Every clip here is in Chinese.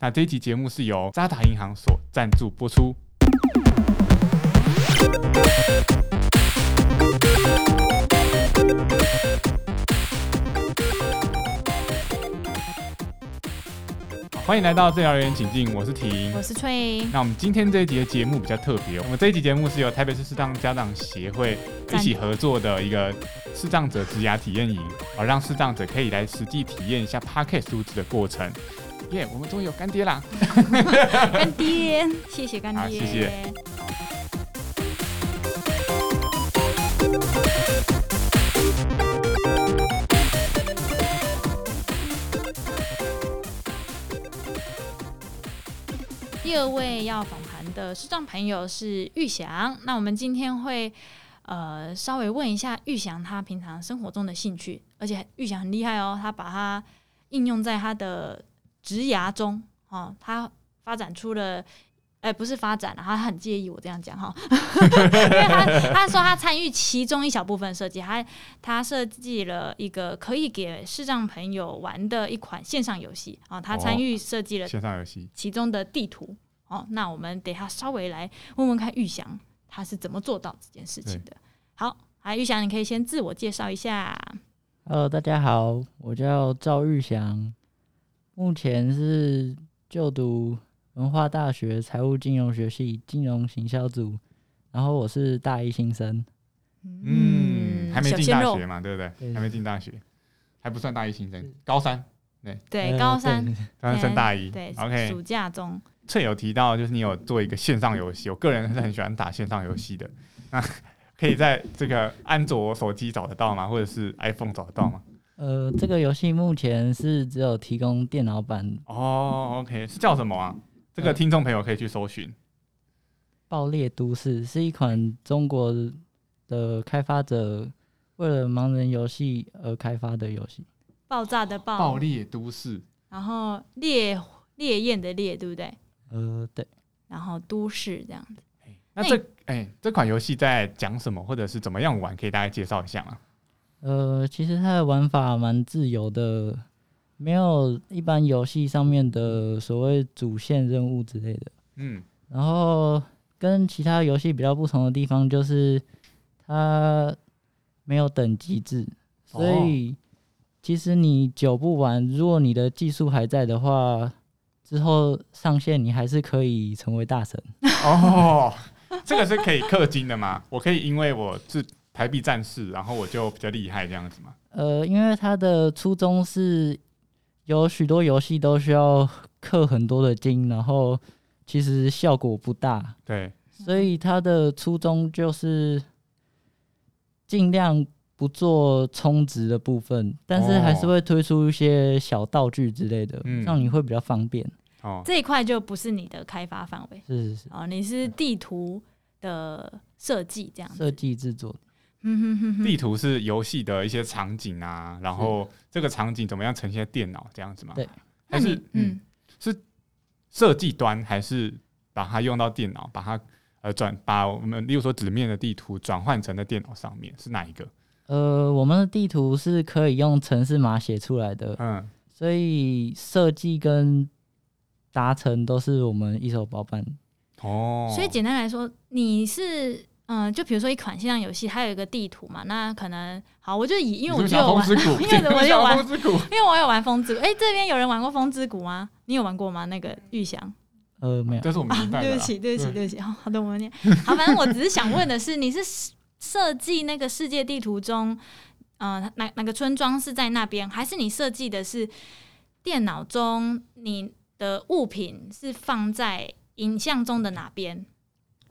那这一集节目是由渣打银行所赞助播出。好欢迎来到治疗员请进，我是婷我。是翠，那我们今天这一集的节目比较特别，我们这一集节目是由台北市视障家长协会一起合作的一个视障者职涯体验营，啊，让视障者可以来实际体验一下 Parket 录制的过程。耶、我们终于有干爹啦！干爹，谢谢干好爹，谢谢。第二位要访谈的视障朋友是玉祥，那我们今天会呃稍微问一下玉祥他平常生活中的兴趣，而且玉祥很厉害哦，他把它应用在他的职涯中哦，他发展出了哎、不是发展啊，他很介意我这样讲哈， 因为他他说他参与其中一小部分设计，他他设计了一个可以给视障朋友玩的一款线上游戏啊，他参与设计了线上游戏，其中的地图哦。那我们等一下稍微来问问看玉祥他是怎么做到这件事情的。好，啊，玉祥，你可以先自我介绍一下。 Hello，大家好，我叫赵玉祥，目前是就读文化大学财务金融学系金融行销组，然后我是大一新生，嗯，还没小进鲜大肉学，嘛，对不对？嗯对还没进大学，还不算大一新生，高三，对，呃高三，对高三升大一。哎对 OK，暑假中，翠有提到，就是你有做一个线上游戏，我个人是很喜欢打线上游戏的。那可以在这个安卓手机找得到吗？或者是 iPhone 找得到吗？呃，这个游戏目前是只有提供电脑版哦，OK，是叫什么啊？这个嗯听众朋友可以去搜寻。 《爆裂都市》，是一款中国的开发者为了盲人游戏而开发的游戏。爆炸的爆，爆裂都市，然后烈烈焰的烈，对不对？呃，对，然后都市这样子。那那这哎、这款游戏在讲什么，或者是怎么样玩？可以大概介绍一下吗？呃，其实它的玩法蛮自由的，没有一般游戏上面的所谓主线任务之类的。嗯，然后跟其他游戏比较不同的地方就是它没有等级制，所以其实你久不玩，如果你的技术还在的话，之后上线你还是可以成为大神。哦，这个是可以氪金的吗？我可以因为我是台币战士，然后我就比较厉害这样子吗？呃，因为它的初衷是有许多游戏都需要氪很多的金，然后其实效果不大，对，所以它的初衷就是尽量不做充值的部分，但是还是哦会推出一些小道具之类的，嗯让你会比较方便。哦，这一块就不是你的开发范围是是是，哦，你是地图的设计这样子。设计制作。嗯哼哼哼地图是游戏的一些场景啊，然后这个场景怎么样呈现在电脑这样子吗？对，还那是你嗯嗯，设计端还是把它用到电脑，把它呃转把我们例如说纸面的地图转换成在电脑上面是哪一个？呃，我们的地图是可以用城市码写出来的，嗯，所以设计跟达成都是我们一手包办。哦，嗯所以简单来说，你是。嗯，就比如说一款线上游戏，它有一个地图嘛，那可能好，我就以因为我你就是不有玩，是想 因为我有玩风之谷， 因为我有玩风之谷。哎、这边有人玩过风之谷吗？你有玩过吗？那个玉祥？呃，没有，这是我们啊明，白对的不啦。起，对不起，对对不起。好好的，我念。好，反正我只是想问的是，你是设设计那个世界地图中，呃，哪哪个村庄是在那边，还是你设计的是电脑中你的物品是放在影像中的哪边？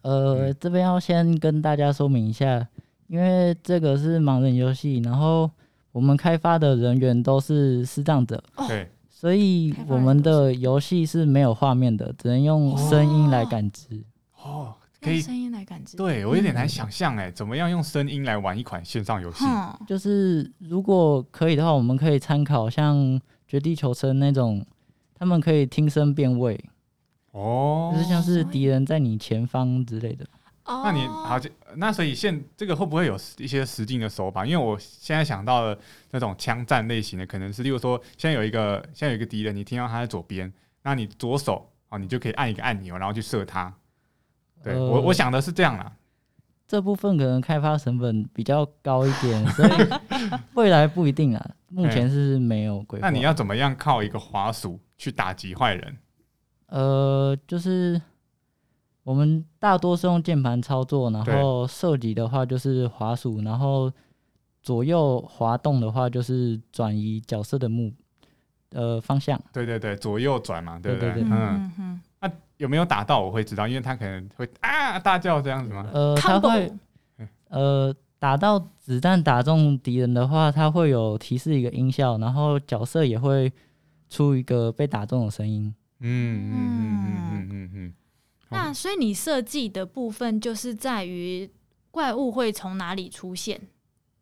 呃，这边要先跟大家说明一下，因为这个是盲人游戏，然后我们开发的人员都是视障者，哦对，所以我们的游戏是没有画面的，只能用声音来感知。哦，可用以，声音来感知。对我有嗯点难想象哎，怎么样用声音来玩一款线上游戏？哼，就是如果可以的话，我们可以参考像《绝地求生》那种，他们可以听声辨位，哦就是像是敌人在你前方之类的。哦，那你好，这那所以现这个会不会有一些实境的手法？因为我现在想到了那种枪战类型的，可能是例如说，现在有一个现在有一个敌人，你听到他在左边，那你左手啊，你就可以按一个按钮，然后去射它。对、呃我我想的是这样啦，这部分可能开发成本比较高一 点，所以未来不一定啊。目前是没有规划。哎那你要怎么样靠一个滑鼠去打击坏人？呃，就是我们大多是用键盘操作，然对后射击的话就是滑鼠，然后左右滑动的话就是转移角色的目呃方向。对对对，左右转嘛，对不对对嗯嗯，嗯嗯有没有打到我会知道，因为他可能会啊大叫这样子吗？呃，它会，combo 呃打到子弹打中敌人的话，它会有提示一个音效，然后角色也会出一个被打中的声音。嗯嗯嗯嗯嗯嗯嗯，那所以你设计的部分就是在于怪物会从哪里出现？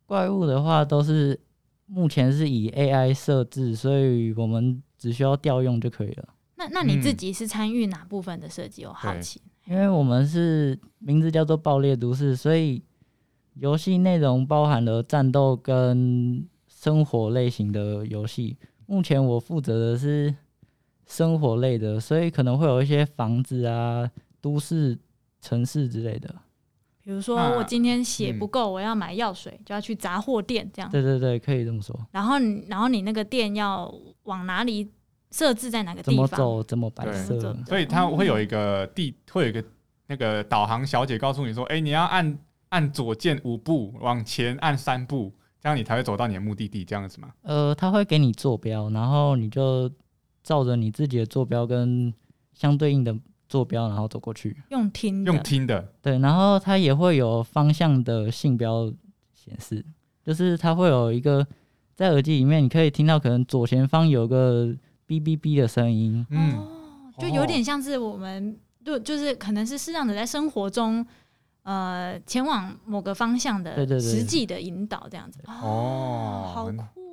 怪物的话都是目前是以 AI 设置，所以我们只需要调用就可以了。那那你自嗯己是参与哪部分的设计？我好对奇。因为我们是名字叫做爆裂都市，所以游戏内容包含了战斗跟生活类型的游戏。目前我负责的是生活类的，所以可能会有一些房子啊、都市、城市之类的。比如说，啊那我今天血不嗯够，我要买药水，就要去杂货店这样。对对对，可以这么说。然后你，然后你那个店要往哪里设置在哪个怎地么方？走，怎么摆对怎么设走？所以它会有一个地，会有一个那个导航小姐告诉你说，哎、你要按按左键五步，往前按三步，这样你才会走到你的目的地，这样子嘛？呃，他会给你坐标，然后你就照着你自己的坐标跟相对应的坐标，然后走过去。用听的哦用听的，对，然后它也会有方向的信标显示，就是它会有一个在耳机里面，你可以听到可能左前方有个哔哔哔的声音。嗯，哦，就有点像是我们就就是可能是视障者在生活中，呃，前往某个方向对的对对实际的引导这样子。哦好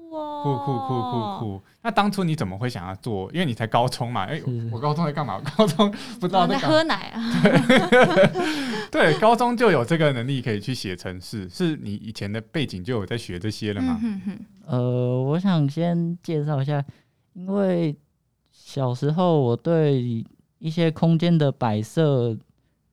酷哦！酷酷酷酷！酷。那当初你怎么会想要做？因为你才高中嘛，哎、是我高中在干嘛？我高中不知道我在在干嘛。喝奶啊，对，高中就有这个能力可以去写程式，是你以前的背景就有在学这些了 嗯吗？哼哼，呃，我想先介绍一下，因为小时候我对一些空间的摆设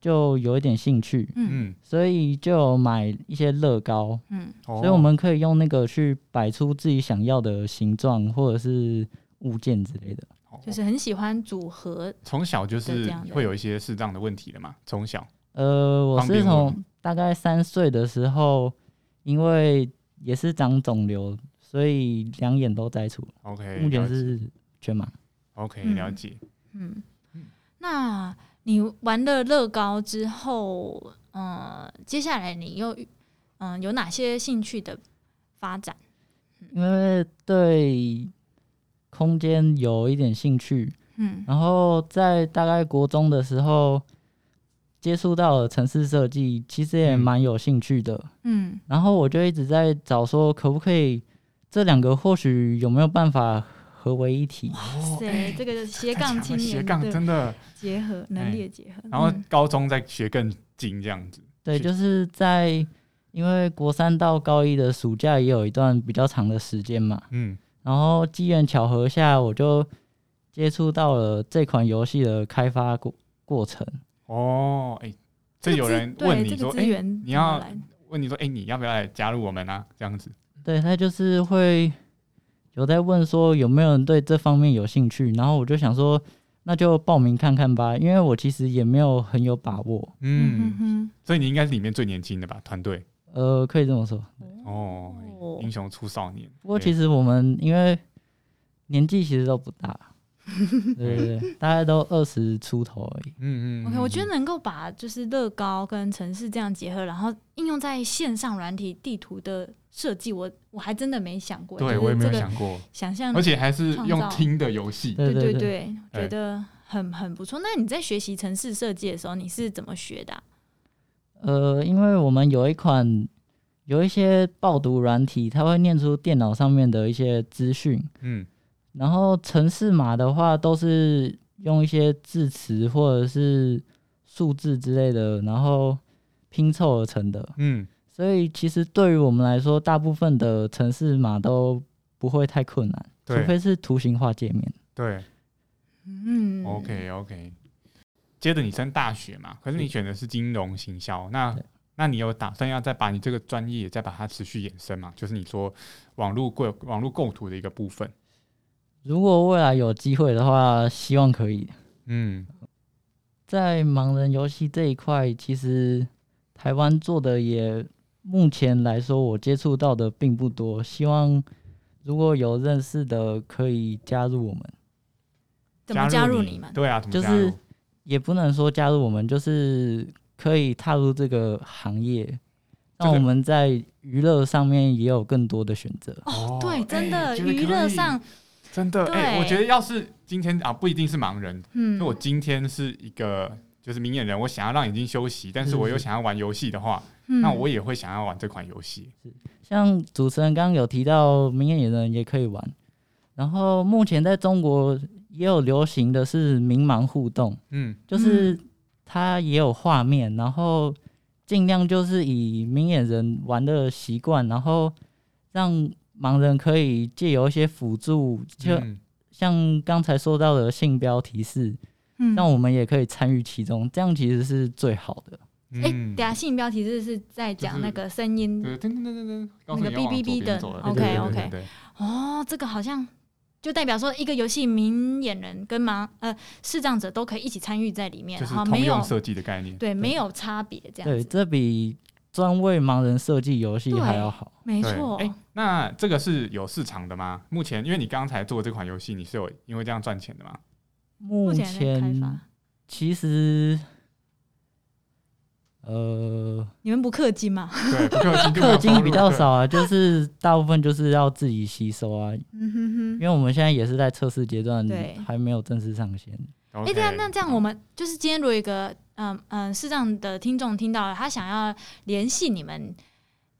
就有一点兴趣，嗯嗯，所以就有买一些乐高，嗯，哦所以我们可以用那个去摆出自己想要的形状或者是物件之类的。哦就是很喜欢组合，从小就对这是样的会有一些视障的问题的嘛，从小。呃，我方便是问从大概三岁的时候，因为也是长肿瘤，所以两眼都摘除， OK，目前哎了解是全盲。 OK，嗯了解。嗯，那你玩了乐高之后，呃，接下来你又嗯、有哪些兴趣的发展？因为对空间有一点兴趣，嗯然后在大概国中的时候接触到了城市设计，其实也嗯蛮有兴趣的。嗯然后我就一直在找说，可不可以这两个或许有没有办法合为一体？哦对，哎这个斜太强杠了青年斜杠的真的。哎结合能力的结合，然后嗯高中再学更精这样子。对，是就是在因为国三到高一的暑假也有一段比较长的时间嘛，嗯，然后机缘巧合下，我就接触到了这款游戏的开发过过程。哦，哎，这个有资人对问你这说，个资哎，源你怎么要来问你说，哎，你要不要来加入我们啊？这样子。对他就是会有在问说有没有人对这方面有兴趣，然后我就想说那就报名看看吧，因为我其实也没有很有把握，嗯嗯，哼所以你应该是里面最年轻的吧？团队呃，可以这么说。哼，哦，哦英雄出少年。不过对其实我们因为年纪其实都不 大，对对对，大概都二十出头而已。嗯嗯 OK，嗯我觉得嗯能够把就是乐高跟城市这样结合，然后应用在线上软体地图的设计，我我还真的没想过，对就是我也没有这个想过，想象而且还是创用造听的游戏。对对对，对，我觉哎得很很不错。那你在学习城市设计的时候，你是怎么学的啊、呃，因为我们有一款有一些爆读软体，它会念出电脑上面的一些资讯，嗯，然后城市码的话都是用一些字词或者是数字之类的，然后拼凑而成的。嗯，所以其实对于我们来说，大部分的城市码都不会太困难，除对非是图形化界面。对，嗯 OK OK，接着你升大学嘛，可是你选的是金融行销，那对那你有打算要再把你这个专业再把它持续延伸嘛？就是你说网络构网络构图的一个部分，如果未来有机会的话，希望可以。嗯，在盲人游戏这一块，其实台湾做的也目前来说，我接触到的并不多。希望如果有认识的，可以加入我们，怎么加入你你们？对啊，怎么就加入是也不能说加入我们，就是可以踏入这个行业，这让个我们在娱乐上面也有更多的选择。哦对，真的哎觉得娱可乐以上，真的哎、对我觉得要是今天啊，不一定是盲人，嗯因为，我今天是一个就是明眼人，我想要让眼睛休息，但是是我又是想要玩游戏的话，那那我也会想要玩这款游戏。像主持人刚刚有提到，明眼人也可以玩。然后目前在中国也有流行的是明盲互动，嗯，就是它也有画面，然后尽量就是以明眼人玩的习惯，然后让盲人可以借由一些辅助，就嗯像刚才说到的性标提示，嗯让我们也可以参与其中，这样其实是最好的。哎，等下性标题这是在就嗯讲是那个声音对，噔噔噔噔噔，告诉你嗯那个要往 BBB 左边的走了。 OK，对对对 OK 对对哦，这个好像就代表说一个游戏明眼人跟盲呃视障者都可以一起参与在里面，就是然后通没有用设计的概念。对没有差别这样对，子，这比专为盲人设计游戏还要好。没对错哎、，那这个是有市场的吗？目前，因为你刚才做这款游戏，你是有因为这样赚钱 的吗？目目前在开前发，其实，呃，你们不氪金吗？ 对，不氪金就没有氪金收入比较对少啊，就是大部分就是要自己吸收啊，嗯哼哼因。为我们现在也是在测试阶段对，还没有正式上线。哎、 OK 对啊，那这样我们就是今天如果有一个嗯嗯视障的听众听到了，他想要联系你们，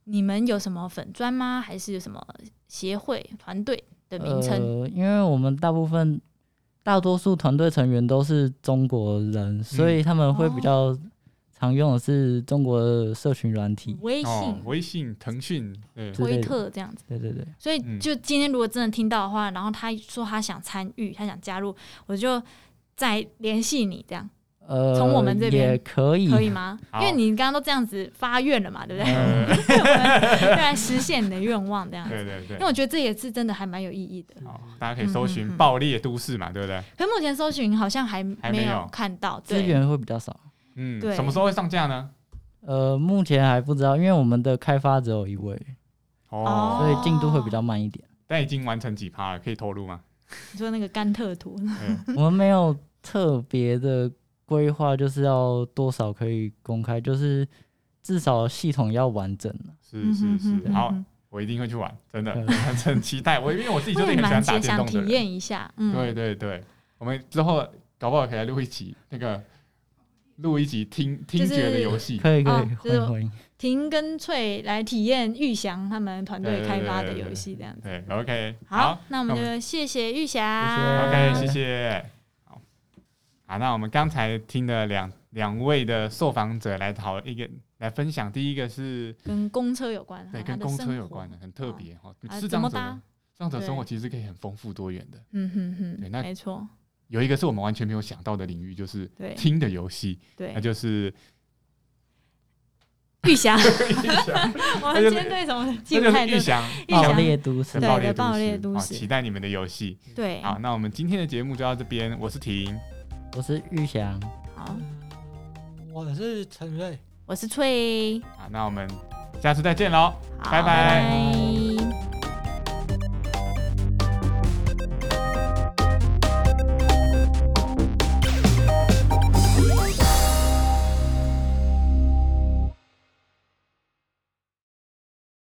你们有什么粉砖吗？还是有什么协会团队的名称？呃，因为我们大部分大多数团队成员都是中国人，嗯所以他们会比哦较常用的是中国的社群软体。微信、哦，微信、腾讯，对，之类推的特这样子。对对对，所以嗯就今天如果真的听到的话，然后他说他想参与，他想加入，我就再联系你，这样呃，从我们这边也可以，可以吗？因嗯好为你刚刚都这样子发愿了嘛，对不 对？ 呃对，来实现你的愿望这样子。对对对因为。我觉得这也是真的还蛮有意义的。好，大家可以搜嗯嗯寻“嗯爆裂都市”嘛，对不对？可目前搜寻好像还还没没有有看到资对，源会比较少。嗯，对什么时候会上架呢？呃，目前还不知道，因为我们的开发只有一位，哦所以进度会比较慢一点。但已经完成几趴了，可以透露吗？你说那个甘特图，嗯，我们没有特别的规划，就是要多少可以公开，就是至少系统要完整。是是嗯是，哼好，嗯我一定会去玩，真的对很期待。我因为我自己哼就是我一也个很蛮喜欢打也电想动的体人，验一下，嗯，对对对，我们之后搞不好可以来录一集那个录一集听听觉的游戏，可以可哦以，就欢是迎欢迎。婷跟翠来体验玉祥他们团队开发的游戏这样子。对，OK，好，，那我们那我就谢谢玉谢祥 OK，谢谢。好，好，那我们刚才听了两两位的受访者来讨一个来分享，第一个是跟公车有关，对好啊他跟的公生车活有关的，很特别哦啊，是这怎么样子搭的。？这样子的生活对其实可以很丰富多元的，嗯哼对哼，那没错，有一个是我们完全没有想到的领域，就是对听的游戏，那对，就是 玉祥， 我们那就今天对什么这记就不太是对预，想预想爆想裂都市的对，爆的裂都爆裂市都好市期待你们的游戏。对，好，那我们今天的节目就到这边，我是婷，我是玉祥，好，我是陈瑞。我是翠，好，那我们下次再见喽。拜拜拜